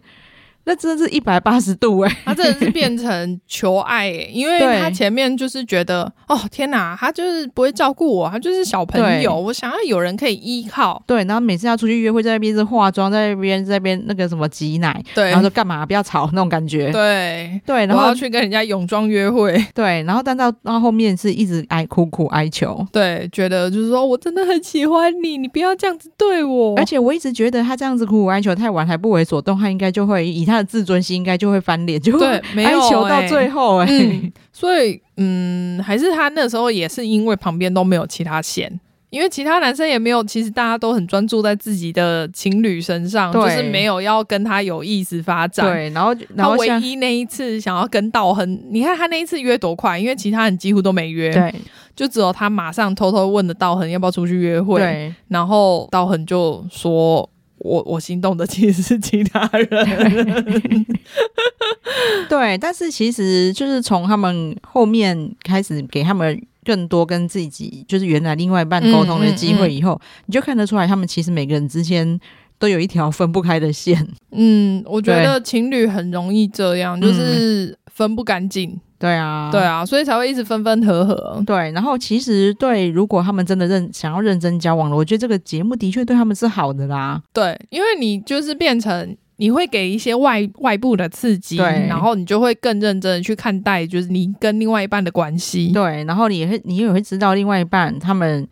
S1: 那真的是一百八十度哎、
S2: 他真的是变成求爱、欸，因为
S1: 对
S2: 他前面就是觉得哦天哪，他就是不会照顾我，他就是小朋友，
S1: 对
S2: 我想要有人可以依靠。
S1: 对，然后每次要出去约会，在那边是化妆，在那边在那边那个什么挤奶，
S2: 对
S1: 然后说干嘛不要吵那种感觉。
S2: 对，
S1: 对，然
S2: 我
S1: 后
S2: 要去跟人家泳装约会，
S1: 对，然后但到到后面是一直哀苦苦哀求，
S2: 对，觉得就是说我真的很喜欢你，你不要这样子对我。
S1: 而且我一直觉得他这样子苦苦哀求太晚还不为所动，他应该就会以他的自尊心应该就会翻脸，就会
S2: 对，没 有、
S1: 哀求到
S2: 欸
S1: 最后哎、
S2: 嗯， 所以嗯，还是他那时候也是因为旁边都没有其他线，因为其他男生也没有，其实大家都很专注在自己的情侣身上，
S1: 对
S2: 就是没有要跟他有意思发 展。，
S1: 对，然后然
S2: 他
S1: 后
S2: 唯
S1: 像
S2: 一那一次想要跟到很，你看他那一次约多快，因为其他人几乎都没约，
S1: 对
S2: 就只有他马上偷偷问了道恒要不要出去约会，
S1: 对
S2: 然后道恒就说。我我心动的其实是其他 人，
S1: 对，但是其实就是从他们后面开始给他们更多跟自己就是原来另外一半沟通
S2: 嗯
S1: 的机会以后，你就看得出来，他们其实每个人之间都有一条分不开的线。
S2: 嗯，我觉得情侣很容易这样，就是分不干净，
S1: 对嗯啊，
S2: 对。啊，所以才会一直分分合合。
S1: 对，然后其实对，如果他们真的认想要认真交往了，我觉得这个节目的确对他们是好的啦。
S2: 对，因为你就是变成你会给一些外外部的刺激，
S1: 对
S2: 然后你就会更认真的去看待，就是你跟另外一半的关系。
S1: 对，然后你也会你也会知道另外一半他们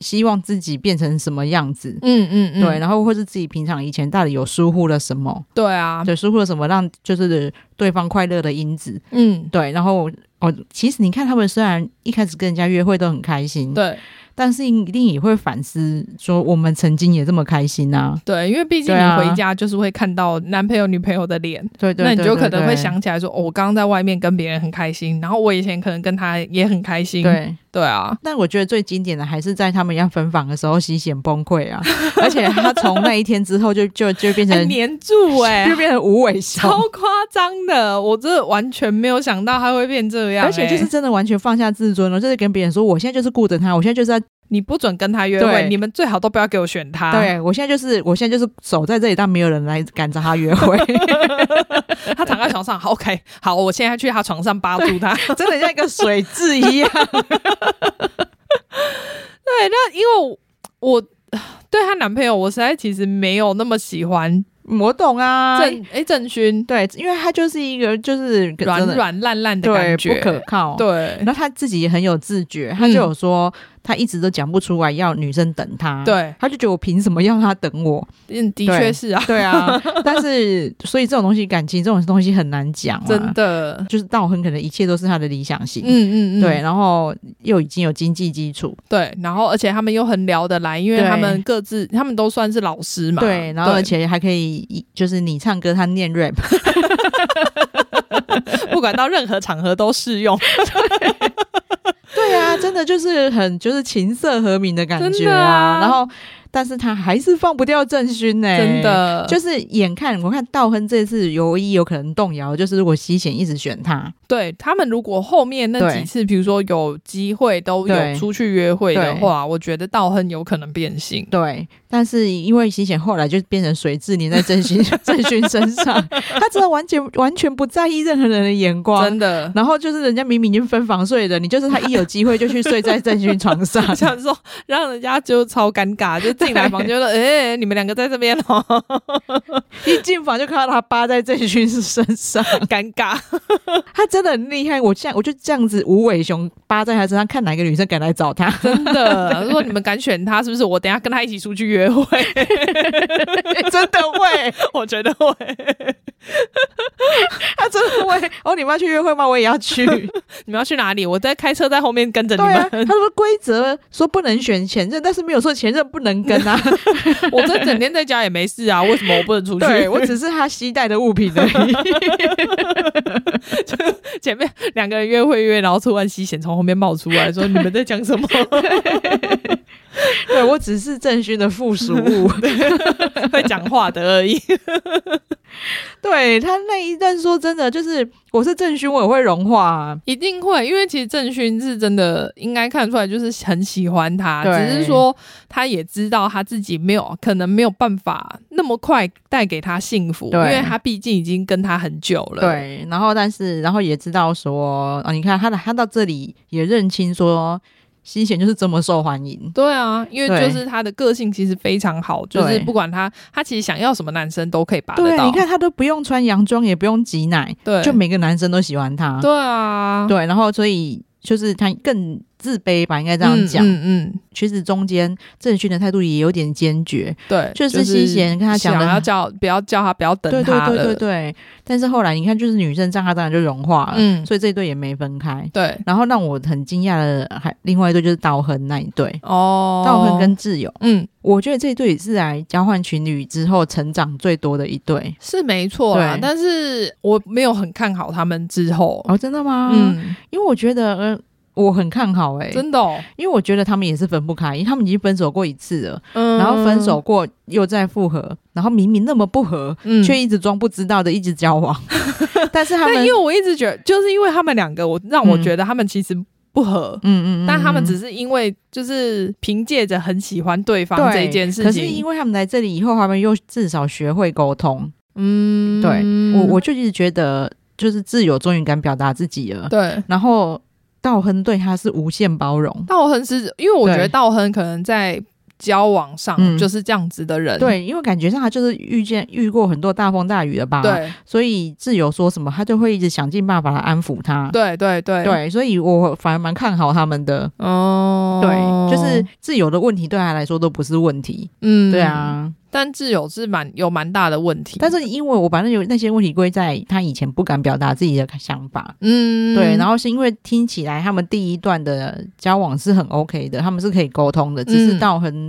S1: 希望自己变成什么样子，
S2: 嗯嗯嗯，
S1: 对，然后或是自己平常以前到底有疏忽了什么，
S2: 对啊，
S1: 对，疏忽了什么让就是对方快乐的因子，
S2: 嗯，
S1: 对，然后哦，其实你看他们虽然一开始跟人家约会都很开心，，
S2: 对
S1: 但是一定也会反思说我们曾经也这么开心啊，
S2: 对，因为毕竟
S1: 对
S2: 你
S1: 啊
S2: 回家就是会看到男朋友女朋友的脸，
S1: 对对
S2: 那你就可能会，
S1: 对
S2: 想起来说，哦，我刚刚在外面跟别人很开心，然后我以前可能跟他也很开心。
S1: 对对，
S2: 对啊，
S1: 但我觉得最经典的还是在他们要分房的时候西险崩溃啊， 而且他从那一天之后就就就变
S2: 还
S1: 成、
S2: 黏住 哎、
S1: 就变成无尾熊。
S2: 超夸张的，我真的完全没有想到他会变这样、
S1: 而且就是
S2: 欸
S1: 真的完全放下自尊哦了，就是跟别人说，我现在就是顾着他，我现在就是要，
S2: 你不准跟他约会，
S1: 对
S2: 你们最好都不要给我选他。，
S1: 对我现在就是，我现在就是守在这里，但没有人来赶着他约会，
S2: 他躺在床上，好 OK，好，我现在去他床上扒 住他。
S1: 真的像一个水蛭一样。
S2: 对，那因为我 我对她男朋友，我实在其实没有那么喜欢
S1: 我懂啊，
S2: 郑哎郑勋
S1: 对，因为他就是一个就是真的
S2: 软软烂烂的
S1: 对
S2: 感觉，
S1: 不可靠，。
S2: 对
S1: 然后他自己也很有自觉，他就有说、他一直都讲不出来要女生等他，，
S2: 对，
S1: 他就觉得我凭什么要他等我？
S2: 嗯，的
S1: 啊对
S2: 确是啊，
S1: 对啊， 但是所以这种东西感情这种东西很难讲、啊，
S2: 真，的，
S1: 就是道很可能一切都是他的理想型。
S2: 嗯嗯嗯，
S1: 对，然后又已经有经济基础，
S2: 对，然后而且他们又很聊得来，因为
S1: 对
S2: 他们各自他们都算是老师嘛，
S1: 对，然后而且还可以，就是你唱歌，他念 rap，
S2: 不管到任何场合都适用，
S1: 对啊，真的就是很就是琴瑟和鸣的感
S2: 真
S1: 觉
S2: 的啊
S1: 然后，但是他还是放不掉郑勋呢、
S2: 真。的
S1: 就是眼看我看道亨这次尤一有可能动摇，就是如果西贤一直选他，
S2: 对他们如果后面那
S1: 对
S2: 几次，比如说有机会都有
S1: 对
S2: 出去约会的
S1: 对
S2: 话，我觉得道亨有可能变性。
S1: 对，但是因为西贤后来就变成水蛭粘在郑勋 郑勋身上，他真的完全完全不在意任何人的眼光
S2: 真。 的，
S1: 然后就是人家明明已经分房睡了，你就是他一有机会就去睡在郑勋床上，
S2: 想说让人家就超尴尬，就进来房间了，哎、你们两个在这边哦，
S1: 一进房就看到他扒在郑勋身上，
S2: 尴尬。
S1: 他真的很厉害。我这样我就这样子无尾熊扒在他身上，看哪个女生敢来 找他。欸
S2: 真的，如果你们敢选他，是不是我等一下跟他一起出去约会？
S1: 真的会，
S2: 我觉得会，
S1: 他真的会。哦，你们要去约会吗？我也要 去。
S2: 你们要去哪里？我在开车在后面跟着你
S1: 对啊，
S2: 们。
S1: 他说规则说不能选前任，但是没有说前任不能跟啊。
S2: 我这整天在家也没事啊，为什么 我不能出去？
S1: 对我只是他携带的物品而已。
S2: 前面两个人约会约，然后突然西贤从后面冒出来说：“你们在讲 什么？
S1: 对我 只是郑勋的附属物。
S2: 会讲话的而已。”
S1: 对他那一任说真的，就是我是郑勋，我也会融化、啊。
S2: 一定会，因为其实郑勋是真的应该看出来，就是很喜欢他，
S1: 对
S2: 只是说他也知道他自己没有可能没有办法那么快带给他幸福，因
S1: 对
S2: 为他毕竟已经跟他很久了。，
S1: 对，然后但是然后也知道说，啊，你看他的他到这里也认清说，西贤就是这么受欢迎。
S2: 对啊，因为
S1: 对
S2: 就是他的个性其实非常好，就是
S1: 对
S2: 不管他他其实想要什么男生都可以把得
S1: 对，
S2: 到。
S1: 你看他都不用穿洋装，也不用挤奶，
S2: 对，
S1: 就每个男生都喜欢他。
S2: 对啊，
S1: 对，然后所以就是他更自卑吧，应该这样讲。
S2: 嗯嗯嗯，
S1: 其实中间郑勋的态度也有点坚决，
S2: 对，
S1: 就是西
S2: 是
S1: 贤跟他讲的
S2: 想要叫不要叫他，不要等
S1: 对对
S2: 他了，
S1: 对对对。但是后来你看，就是女生站他当然就融化了，
S2: 嗯，
S1: 所以这一对也没分开。
S2: 对，
S1: 然后让我很惊讶的还另外一对就是道亨那一对，
S2: 哦，
S1: 道亨跟挚友，
S2: 嗯
S1: 我觉得这一对也是来交换情侣之后成长最多的一对。
S2: 是没错啦
S1: 对，
S2: 但是我没有很看好他们之后，
S1: 哦，真的吗？，
S2: 嗯，
S1: 因为我觉得呃我很看好哎、
S2: 真的、哦，
S1: 因为我觉得他们也是分不开，因为他们已经分手过一次了，
S2: 嗯
S1: 然后分手，过又再复合，然后明明那么不合，
S2: 嗯
S1: 却一直装不知道的一直交 往，但是他
S2: 但
S1: 们嗯
S2: 因为我一直觉得，就是因为他们两个，我让我觉得他们其实不合，
S1: 嗯嗯嗯，
S2: 但他们
S1: 是
S2: 只是因为就是凭借着很喜欢对方这一件事情，
S1: 可是因为他们来这里以后，他们又至少学会沟通。
S2: 嗯，
S1: 对我我就一直觉得，就是挚友终于敢表达自己了，
S2: 对。
S1: 然后道亨对他是无限包容。
S2: 道亨是，因为我觉得
S1: 对
S2: 道亨可能在交往上
S1: 嗯
S2: 就是这样子的人，
S1: 对，因为感觉上他就是遇见遇过很多大风大雨了吧，，
S2: 对
S1: 所以挚友说什么，他就会一直想尽办法来安抚他。
S2: 对对对，
S1: 对，所以我反而蛮看好他们的。
S2: 哦，
S1: 对，就是自由的问题对他来说都不是问题。
S2: 嗯，
S1: 对，啊，
S2: 但挚友是蛮有蛮大的问题，
S1: 但是因为我把那有那些问题归在他以前不敢表达自己的想法。
S2: 嗯，
S1: 对，然后是因为听起来他们第一段的交往是很 OK 的，他们是可以沟通的，只是
S2: 嗯
S1: 道很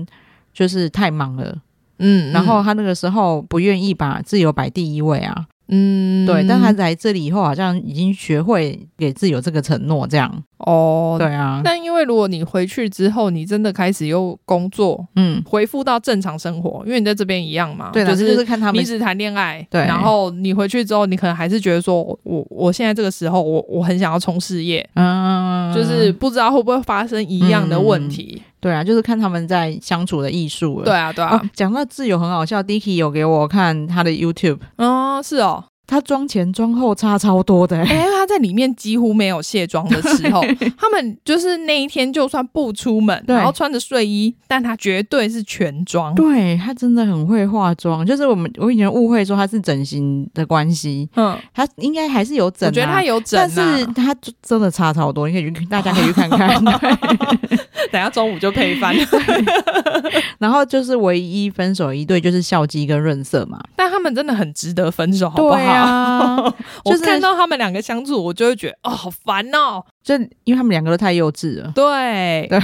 S1: 就是太忙了，
S2: 嗯，
S1: 然后他那个时候不愿意把自由摆第一位啊，
S2: 嗯，
S1: 对，但他来这里以后好像已经学会给自由这个承诺，这样，
S2: 哦，
S1: 对。啊，
S2: 但因为如果你回去之后，你真的开始又工作，
S1: 嗯，
S2: 恢复到正常生活，因为你在这边一样嘛，
S1: 对啦，
S2: 就
S1: 这就是
S2: 是
S1: 看他
S2: 你
S1: 们
S2: 只谈恋爱，
S1: 对
S2: 然后你回去之后，你可能还是觉得说，我我我现在这个时候，我我很想要冲事业，
S1: 嗯，
S2: 就是不知道会不会发生一样的问题，
S1: 对啊，就是看他们在相处的艺术了。
S2: 对啊，对啊
S1: 啊，，讲到自由很好笑，Dicky 有给我看他的 YouTube，
S2: 嗯，是哦，
S1: 他妆前妆后差超多的、欸。
S2: 哎、他在里面几乎没有卸妆的时候，他们就是那一天就算不出门，
S1: 对
S2: 然后穿着睡衣，但他绝对是全妆。
S1: 对他真的很会化妆，就是我们我以前误会说他是整形的关系，
S2: 嗯，
S1: 他应该还是有整、啊，
S2: 我觉得他有整、啊，
S1: 但是他就真的差超多，你可以去大家可以去看 看。
S2: 等下中午就配饭。
S1: 然后就是唯一分手一对就是孝基跟润色嘛，
S2: 但他们真的很值得分手，好不好？
S1: 对啊
S2: 我
S1: 就是
S2: 看到他们两个相处，我就会觉得哦，好烦哦。
S1: 就因为他们两个都太幼稚了。
S2: 对
S1: 对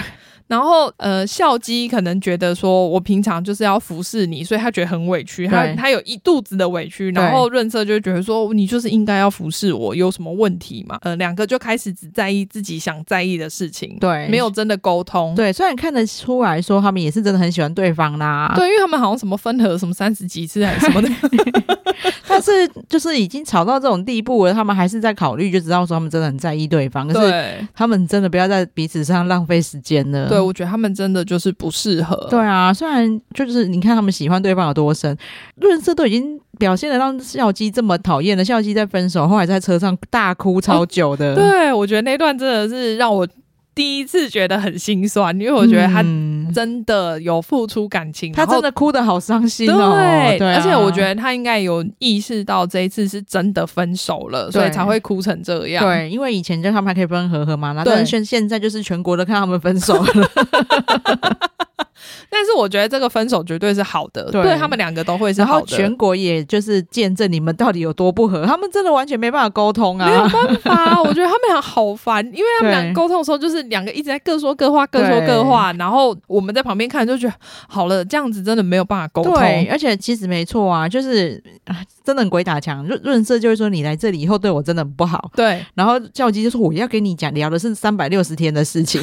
S2: 然后呃，孝基可能觉得说我平常就是要服侍你，所以他觉得很委屈，他
S1: 对
S2: 他有一肚子的委屈。然后润色就觉得说你就是应该要服侍我，有什么问题嘛？呃，两个就开始只在意自己想在意的事情，
S1: 对，
S2: 没有真的沟通。
S1: 对，虽然看得出来说他们也是真的很喜欢对方啦，
S2: 对，因为他们好像什么分合什么三十几次还是什 么的，
S1: 但是就是已经吵到这种地步了，他们还是在考虑，就知道说他们真的很在意对方，可是
S2: 对
S1: 他们真的不要在彼此上浪费时间了。
S2: 对，我觉得他们真的就是不适合。
S1: 对啊，虽然就是你看他们喜欢对方有多深，润色都已经表现的让孝基这么讨厌了，孝基在分手后还在车上大哭超久的，
S2: 对，我觉得那段真的是让我第一次觉得很心酸，因为我觉得他
S1: 嗯
S2: 真的有付出感情，
S1: 他
S2: 然后
S1: 真的哭的好伤心哦，
S2: 对，
S1: 对啊
S2: 而且我觉得他应该有意识到这一次是真的分手了，所以
S1: 对
S2: 才会哭成这样。，
S1: 对，啊因为以前就他们还可以分合合嘛，然后
S2: 对
S1: 但是现现在就是全国都看他们分手 了，
S2: 但是我觉得这个分手绝对是好的，
S1: 对
S2: 他们两个都会是
S1: 然
S2: 好
S1: 后
S2: 的
S1: 全。国也就是见证你们到底有多不合，他们真的完全没办法沟通啊，
S2: 没有办法，我觉得他们俩好烦，因为他们
S1: 对
S2: 俩 沟通的时候，就是两个一直在各说各话，各说各话，然后我们在旁边看就觉得，好了，这样子真的没有办法沟通。
S1: 对，而且其实没错啊，就是啊真的很鬼打墙。润润色就会说你来这里以后对我真的很不好，
S2: 对，
S1: 然后教基就说我要跟你讲聊的是三百六十 天的事情。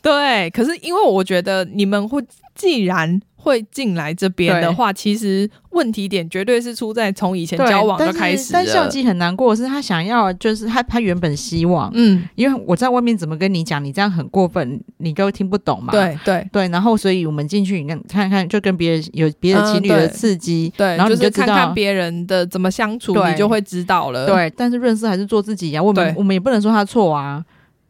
S2: 对，可是因为我觉得你们会既然会进来这边的话，其实问题点绝对是出在从以前
S1: 对
S2: 交往
S1: 但
S2: 就是开始
S1: 但孝
S2: 了。
S1: 基很难过，是他想要，就是他他原本希望，
S2: 嗯，
S1: 因为我在外面怎么跟你讲，你这样很过分，你都听不懂嘛。
S2: 对对
S1: 对，然后所以我们进去，你看看看，就跟别人有别的
S2: 嗯
S1: 情侣的
S2: 对
S1: 刺激，
S2: 对，
S1: 然后你
S2: 就是
S1: 知道。
S2: 看看别人的怎么相处，
S1: 对
S2: 你就会知道
S1: 嗯
S2: 了。
S1: 对，呃但是认识还是做自己啊呀、我们
S2: 对
S1: 我们也不能说他错啊，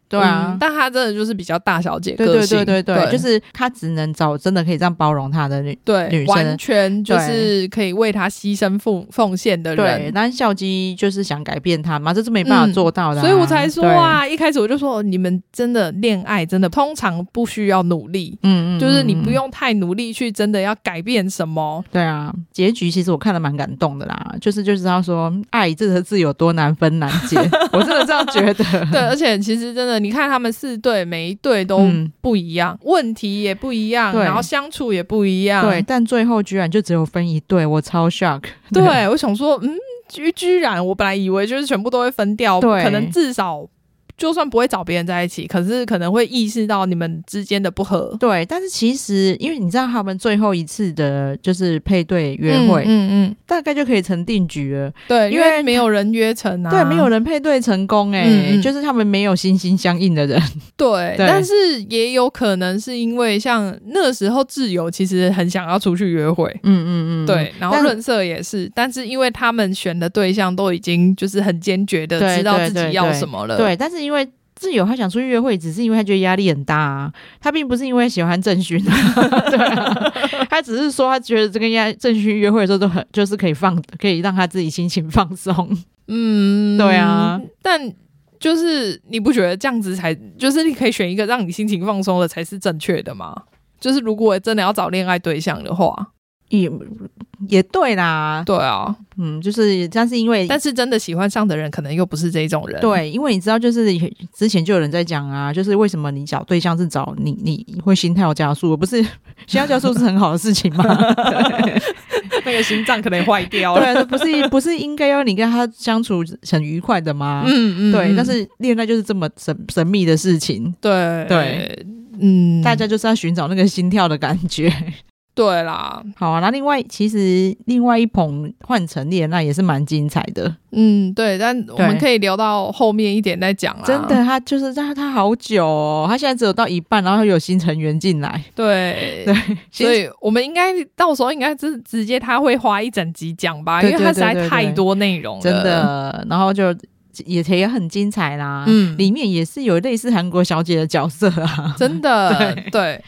S1: 对啊
S2: 嗯，但她真的就是比较大小姐
S1: 对
S2: 个
S1: 对
S2: 性，
S1: 对对对，就是他只能找真的可以这样包容他的女女
S2: 对，
S1: 生
S2: 完全就是可以为她牺牲奉奉献的
S1: 对，
S2: 人。
S1: 但是孝基就是想改变他嘛，这是没办法
S2: 嗯
S1: 做到的啊、
S2: 所以我才说
S1: 对，
S2: 啊，一开始我就说，你们真的恋爱真的通常不需要努力，
S1: 嗯嗯，
S2: 就是你
S1: 嗯
S2: 不。用太努力去真的要改变什么。
S1: 对啊，结局其实我看了蛮感动的啦，就是就知道说爱这个字有多难分难解， 我真的这样觉得。
S2: 对，而且其实真的，你看他们四对，每一对都
S1: 嗯
S2: 不一样，问题也不一样，
S1: 对
S2: 然后相处也不一样。
S1: 对，但最后居然就只有分一对，我超 shock。
S2: 对，我想说，嗯，居居然，我本来以为就是全部都会分掉，
S1: 对
S2: 可能至少就算不会找别人在一起，可是可能会意识到你们之间的不合。
S1: 对，但是其实因为你知道他们最后一次的就是配对约会，
S2: 嗯嗯
S1: 大概就可以成定局了。
S2: 嗯，对，
S1: 因
S2: 因
S1: 为
S2: 为没有人约成啊，
S1: 对，没有人配对成功哎、
S2: 嗯嗯
S1: 就是他们没有心心相印的人。
S2: 对，
S1: 对
S2: 但是也有可能是因为像那时候挚友其实很想要出去约会，
S1: 嗯嗯嗯，
S2: 对，然后
S1: 但
S2: 润色也是，但是因为他们选的对象都已经就是很坚决的
S1: 对
S2: 知道
S1: 对
S2: 自
S1: 对
S2: 己要
S1: 对
S2: 什么了，
S1: 对，但是因为。挚友他想出去约会，只是因为他觉得压力很大、啊，他并不是因为喜欢郑勋、对啊、 他只是说他觉得这个压郑勋约会的时候都很就是可以放，可以让他自己心情放松。
S2: 嗯，
S1: 对啊，
S2: 但就是你不觉得这样子才就是你可以选一个让你心情放松的才是正确的吗？就是如果真的要找恋爱对象的话，
S1: 也也对啦，
S2: 对啊，
S1: 嗯，就是但是因为
S2: 但是真的喜欢上的人可能又不是这种人，，
S1: 对，因为你知道，就是之前就有人在讲啊，就是为什么你找对象是找你，你会心跳加速，不是心跳加速是很好的事情 吗？
S2: 那个心脏可能也坏掉了，
S1: 对，这不是不是应该要你跟他相处很愉快的吗？
S2: 嗯嗯，
S1: 啊对，
S2: 嗯
S1: 但是恋爱就是这么神神秘的事情，
S2: 对
S1: 对，
S2: 嗯，
S1: 大家就是要寻找那个心跳的感觉。
S2: 对啦，
S1: 好啊，那另外其实另外一捧换成恋爱也是蛮精彩的，
S2: 嗯对，但我们可以聊到后面一点再讲啦，
S1: 真的，，他就是他他好久哦，他现在只有到一半，然后有新成员进 来，
S2: 对
S1: 对。
S2: 所以我们应该到时候应该直直接他会花一整集讲吧，
S1: 对
S2: 因为他
S1: 对
S2: 实在
S1: 对对
S2: 太多内容了，
S1: 真， 的，然后就也也很精彩啦。
S2: 嗯
S1: 里面也是有类似韩国小姐的角色 啊。
S2: 真的对。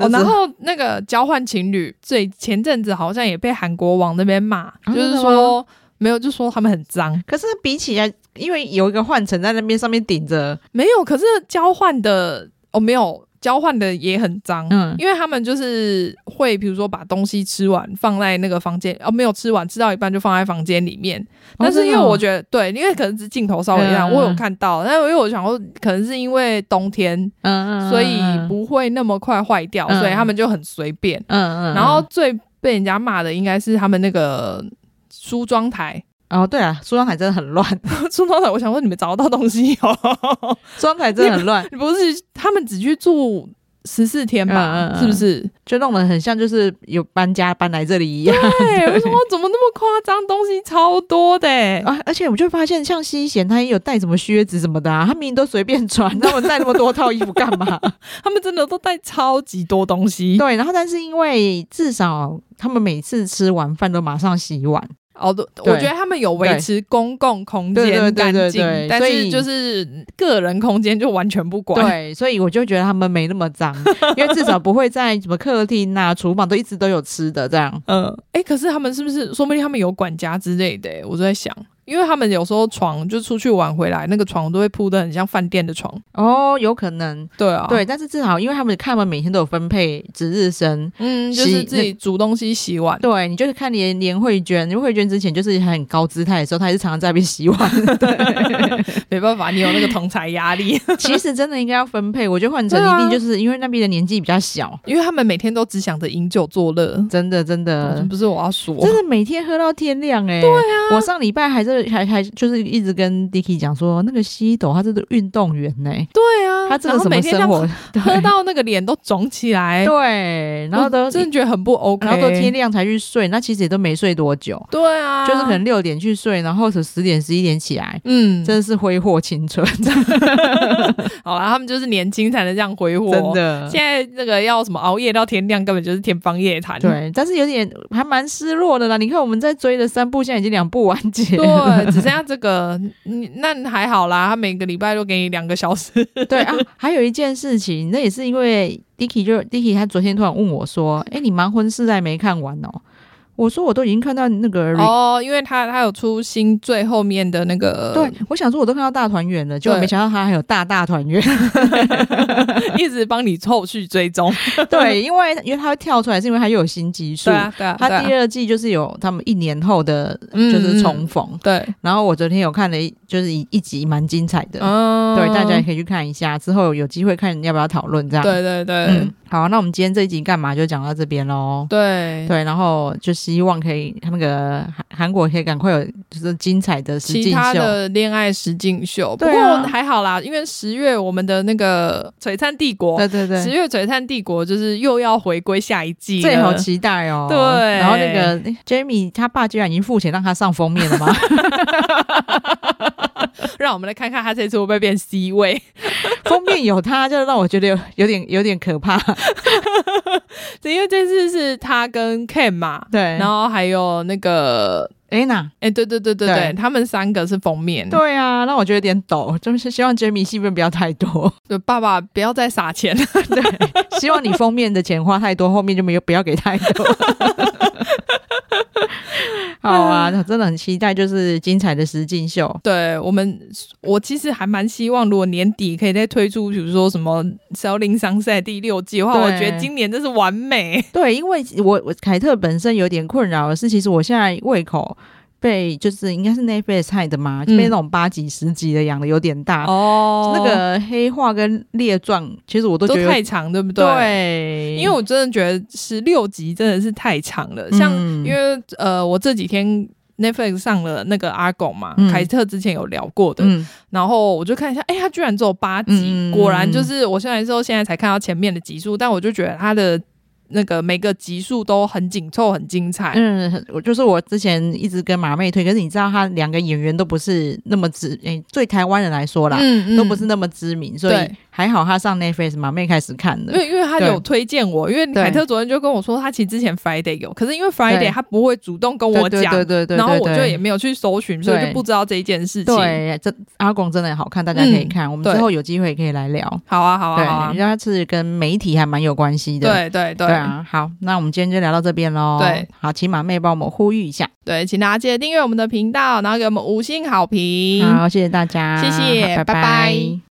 S2: 哦，
S1: 就是
S2: 然后那个交换情侣，最前阵子好像也被韩国网那边骂，就
S1: 啊真
S2: 是
S1: 的
S2: 说没有，就说他们很脏，
S1: 可是比起来，因为有一个换乘在那边上面顶着，
S2: 没有。可是交换的哦，没有交换的也很脏，
S1: 嗯
S2: 因为他们就是会，比如说把东西吃完放在那个房间，哦，没有吃完，吃到一半就放在房间里面。
S1: 哦
S2: 但是因为我觉得，对，因为可能是镜头稍微让、
S1: 嗯
S2: 我有看到，但因为我想说，可能是因为冬天，
S1: 得，嗯
S2: 所以不会那么快坏掉，
S1: 嗯
S2: 所以他们就很随便。
S1: 嗯嗯，
S2: 然后最被人家骂的应该是他们那个梳妆台，
S1: 哦对啊，梳妆台真的很乱，
S2: 梳妆台，我想说你们找得到东西哦？
S1: 梳妆台真的很乱，
S2: 你不是他们只去住十四天吧？
S1: 嗯嗯嗯
S2: 是不是？
S1: 就弄得很像就是有搬家搬来这里一样。
S2: 对，我说怎么那么夸张？东西超多 的、欸。
S1: 啊，而且我就发现，像西贤他也有带什么靴子什么的啊，他明明都随便穿，他们带那么多套衣服干 嘛？
S2: 他们真的都带超级多东西。
S1: 对，然后但是因为至少他们每次吃完饭都马上洗碗，
S2: 哦，对，
S1: 对
S2: 我觉得他们有维持公共空
S1: 对对
S2: 间
S1: 对
S2: 干
S1: 对
S2: 净
S1: 对，
S2: 但
S1: 所以
S2: 是就是个人空间就完全不管。
S1: 对，所以我就觉得他们没那么 脏，因为至少不会在什么客厅啊、厨房都一直都有吃的这样。
S2: 嗯，哎、可是他们是不是说不定他们有管家之类的、我就在想，因为他们有时候床就出去玩回来，那个床都会铺的很像饭店的床。
S1: 哦，有可能。
S2: 对啊，，
S1: 对，但是至少因为他们看他们每天都有分配值日生，
S2: 嗯，就
S1: 洗
S2: 是自己煮东西、洗碗。
S1: 对你就是看连连慧娟，连慧娟之前就是很高姿态的时候，她也是常常在那边洗碗。
S2: 没办法，你有那个同财压 力，
S1: 其实真的应该要分配，我觉得换成一定就是因为那边的年纪比较小，
S2: 因为他们每天都只想着饮酒作乐。
S1: 真的真的。
S2: 呃不是我要说，
S1: 欸真的每天喝到天亮哎、对啊，我上礼拜还在就还还就是一直跟 Dicky 讲说，那个西斗他这个运动员呢、
S2: 对啊，
S1: 他这个
S2: 然后
S1: 什
S2: 每
S1: 么
S2: 天这
S1: 生
S2: 样
S1: 活，
S2: 喝到那个脸都肿起来，
S1: 对，然后都
S2: 我哦真的欸觉得很不 OK，
S1: 然后都天亮才去睡，那其实也都没睡多久，
S2: 对啊，
S1: 就是可能六点去睡，然后是十点十一点起来，
S2: 嗯，
S1: 真的是挥霍青春，
S2: 好啦，他们就是年轻才能这样挥霍，
S1: 真。的。
S2: 现在那个要什么熬夜到天亮，根本就是天方夜谭。
S1: 对，但是有点还蛮失落的啦。你看我们在追的三部，现在已经两部完结了。
S2: 对，只剩下这个，嗯那还好啦。他每个礼拜都给你两个小时，
S1: 对啊，还有一件事情，那也是因为 Dicky 就 Dicky 他昨天突然问我说：“哎、你《盲婚试爱》没看完哦？”我说：“我都已经看到那个 re-
S2: 哦，因为他他有出新最后面的那个，
S1: 对，我想说我都看到大团圆了，结果
S2: 对
S1: 没想到他还有大大团 圆。
S2: 一直帮你后续追踪。
S1: 对，因为因为他会跳出来，是因为他又有新集数。
S2: 对啊，对啊，对
S1: 他
S2: 啊
S1: 第二季就是有他们一年后的，
S2: 嗯
S1: 就是重逢。
S2: 对，
S1: 然后我昨天有看了一，就是一一集蛮精彩的，
S2: 嗯
S1: 对，大家也可以去看一下。之后有机会看要不要讨论这样。，
S2: 对对对、
S1: 嗯，好，那我们今天这一集干嘛就讲到这边喽。
S2: 对，
S1: 对，然后就希望可以那个韩韩国可以赶快有就是精彩的实
S2: 其
S1: 境
S2: 他
S1: 秀，
S2: 的恋爱实境秀，不
S1: 对
S2: 过
S1: 啊
S2: 还好啦，因为十月我们的那个璀璨帝国，
S1: 对对对，
S2: 十月璀璨帝国就是又要回归下一季了，
S1: 这也好期待哦。
S2: 对
S1: 然后那个 Jamie 他爸居然已经付钱让他上封面 了吗？
S2: 让我们来看看他这次会不会变 C 位。
S1: 封面有他，就让我觉得有有点有点可怕。
S2: 对，因为这次是他跟 Ken 嘛，
S1: 对，
S2: 然后还有那个，
S1: Anna，
S2: 哎、对对对对对，
S1: 对
S2: 他们三个是封面。
S1: 对啊，让我觉得有点抖，就是希望 Jamie 戏份不要太多，
S2: 对，爸爸不要再撒钱，
S1: 希望你封面的钱花太多，后面就没有不要给太多。 好啊，那真的很期待，就是精彩的实境秀。
S2: 对我们，我其实还蛮希望，如果年底可以再推出，比如说什么《Selling Sunset》第六季的话，
S1: 对
S2: 我觉得今年真是完美。
S1: 对，因为我我凯特本身有点困扰的是，其实我现在胃口被就是应该是 Netflix 害的嘛，就被那种八几十集的养的有点大。
S2: 嗯哦
S1: 那个黑化跟列状，其实我都
S2: 都
S1: 觉得
S2: 太长，对不对？
S1: 对，
S2: 因为我真的觉得十六集真的是太长了，像、
S1: 嗯
S2: 因为呃，我这几天 Netflix 上了那个阿狗嘛，
S1: 嗯
S2: 凯、特之前有聊过的，
S1: 嗯
S2: 然后我就看一下，哎、它居然只有八集，
S1: 嗯嗯嗯
S2: 果然就是我虽然说现在才看到前面的集数，但我就觉得它的那个每个集数都很紧凑，很精彩。
S1: 嗯，我就是我之前一直跟马妹推，可是你知道他两个演员都不是那么知，诶、对台湾人来说啦，
S2: 嗯
S1: 都不是，那么知名，所以
S2: 对
S1: 还好他上 Netflix，马妹开始看
S2: 因
S1: 的。
S2: 为因为他有推荐我，因为
S1: 对
S2: 凯特昨天就跟我说，他其实之前 Friday 有，可是因为
S1: 对
S2: Friday 他不会主动跟我
S1: 对对
S2: 讲，
S1: 对对对，
S2: 然后
S1: 对
S2: 我就也。没有去搜寻，所以
S1: 对
S2: 就不知道这一件事情。
S1: 对，这阿公真的好看，大家可以
S2: 嗯
S1: 看。我们
S2: 对
S1: 之后有机会可以来聊。
S2: 好啊，好啊，好啊
S1: 对，，人家是跟媒体还蛮有关系的。
S2: 对对对
S1: 对啊，好，那我们今天就聊到这边喽。
S2: 对，
S1: 好，请马妹帮我们呼吁一下。
S2: 对，请大家记得订阅我们的频道，然后给我们五星好评。
S1: 好，谢谢大家，
S2: 嗯谢谢
S1: 好拜
S2: 拜拜